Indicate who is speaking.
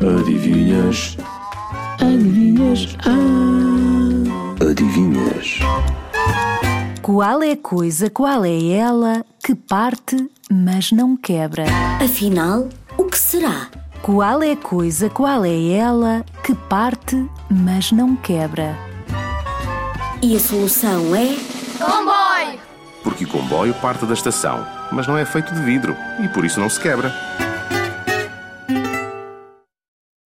Speaker 1: Adivinhas?
Speaker 2: Adivinhas? Ah!
Speaker 1: Adivinhas?
Speaker 3: Qual é a coisa, qual é ela que parte, mas não quebra?
Speaker 4: Afinal, o que será?
Speaker 3: Qual é a coisa, qual é ela que parte, mas não quebra?
Speaker 4: E a solução é.
Speaker 5: Porque o comboio parte da estação, mas não é feito de vidro e por isso não se quebra.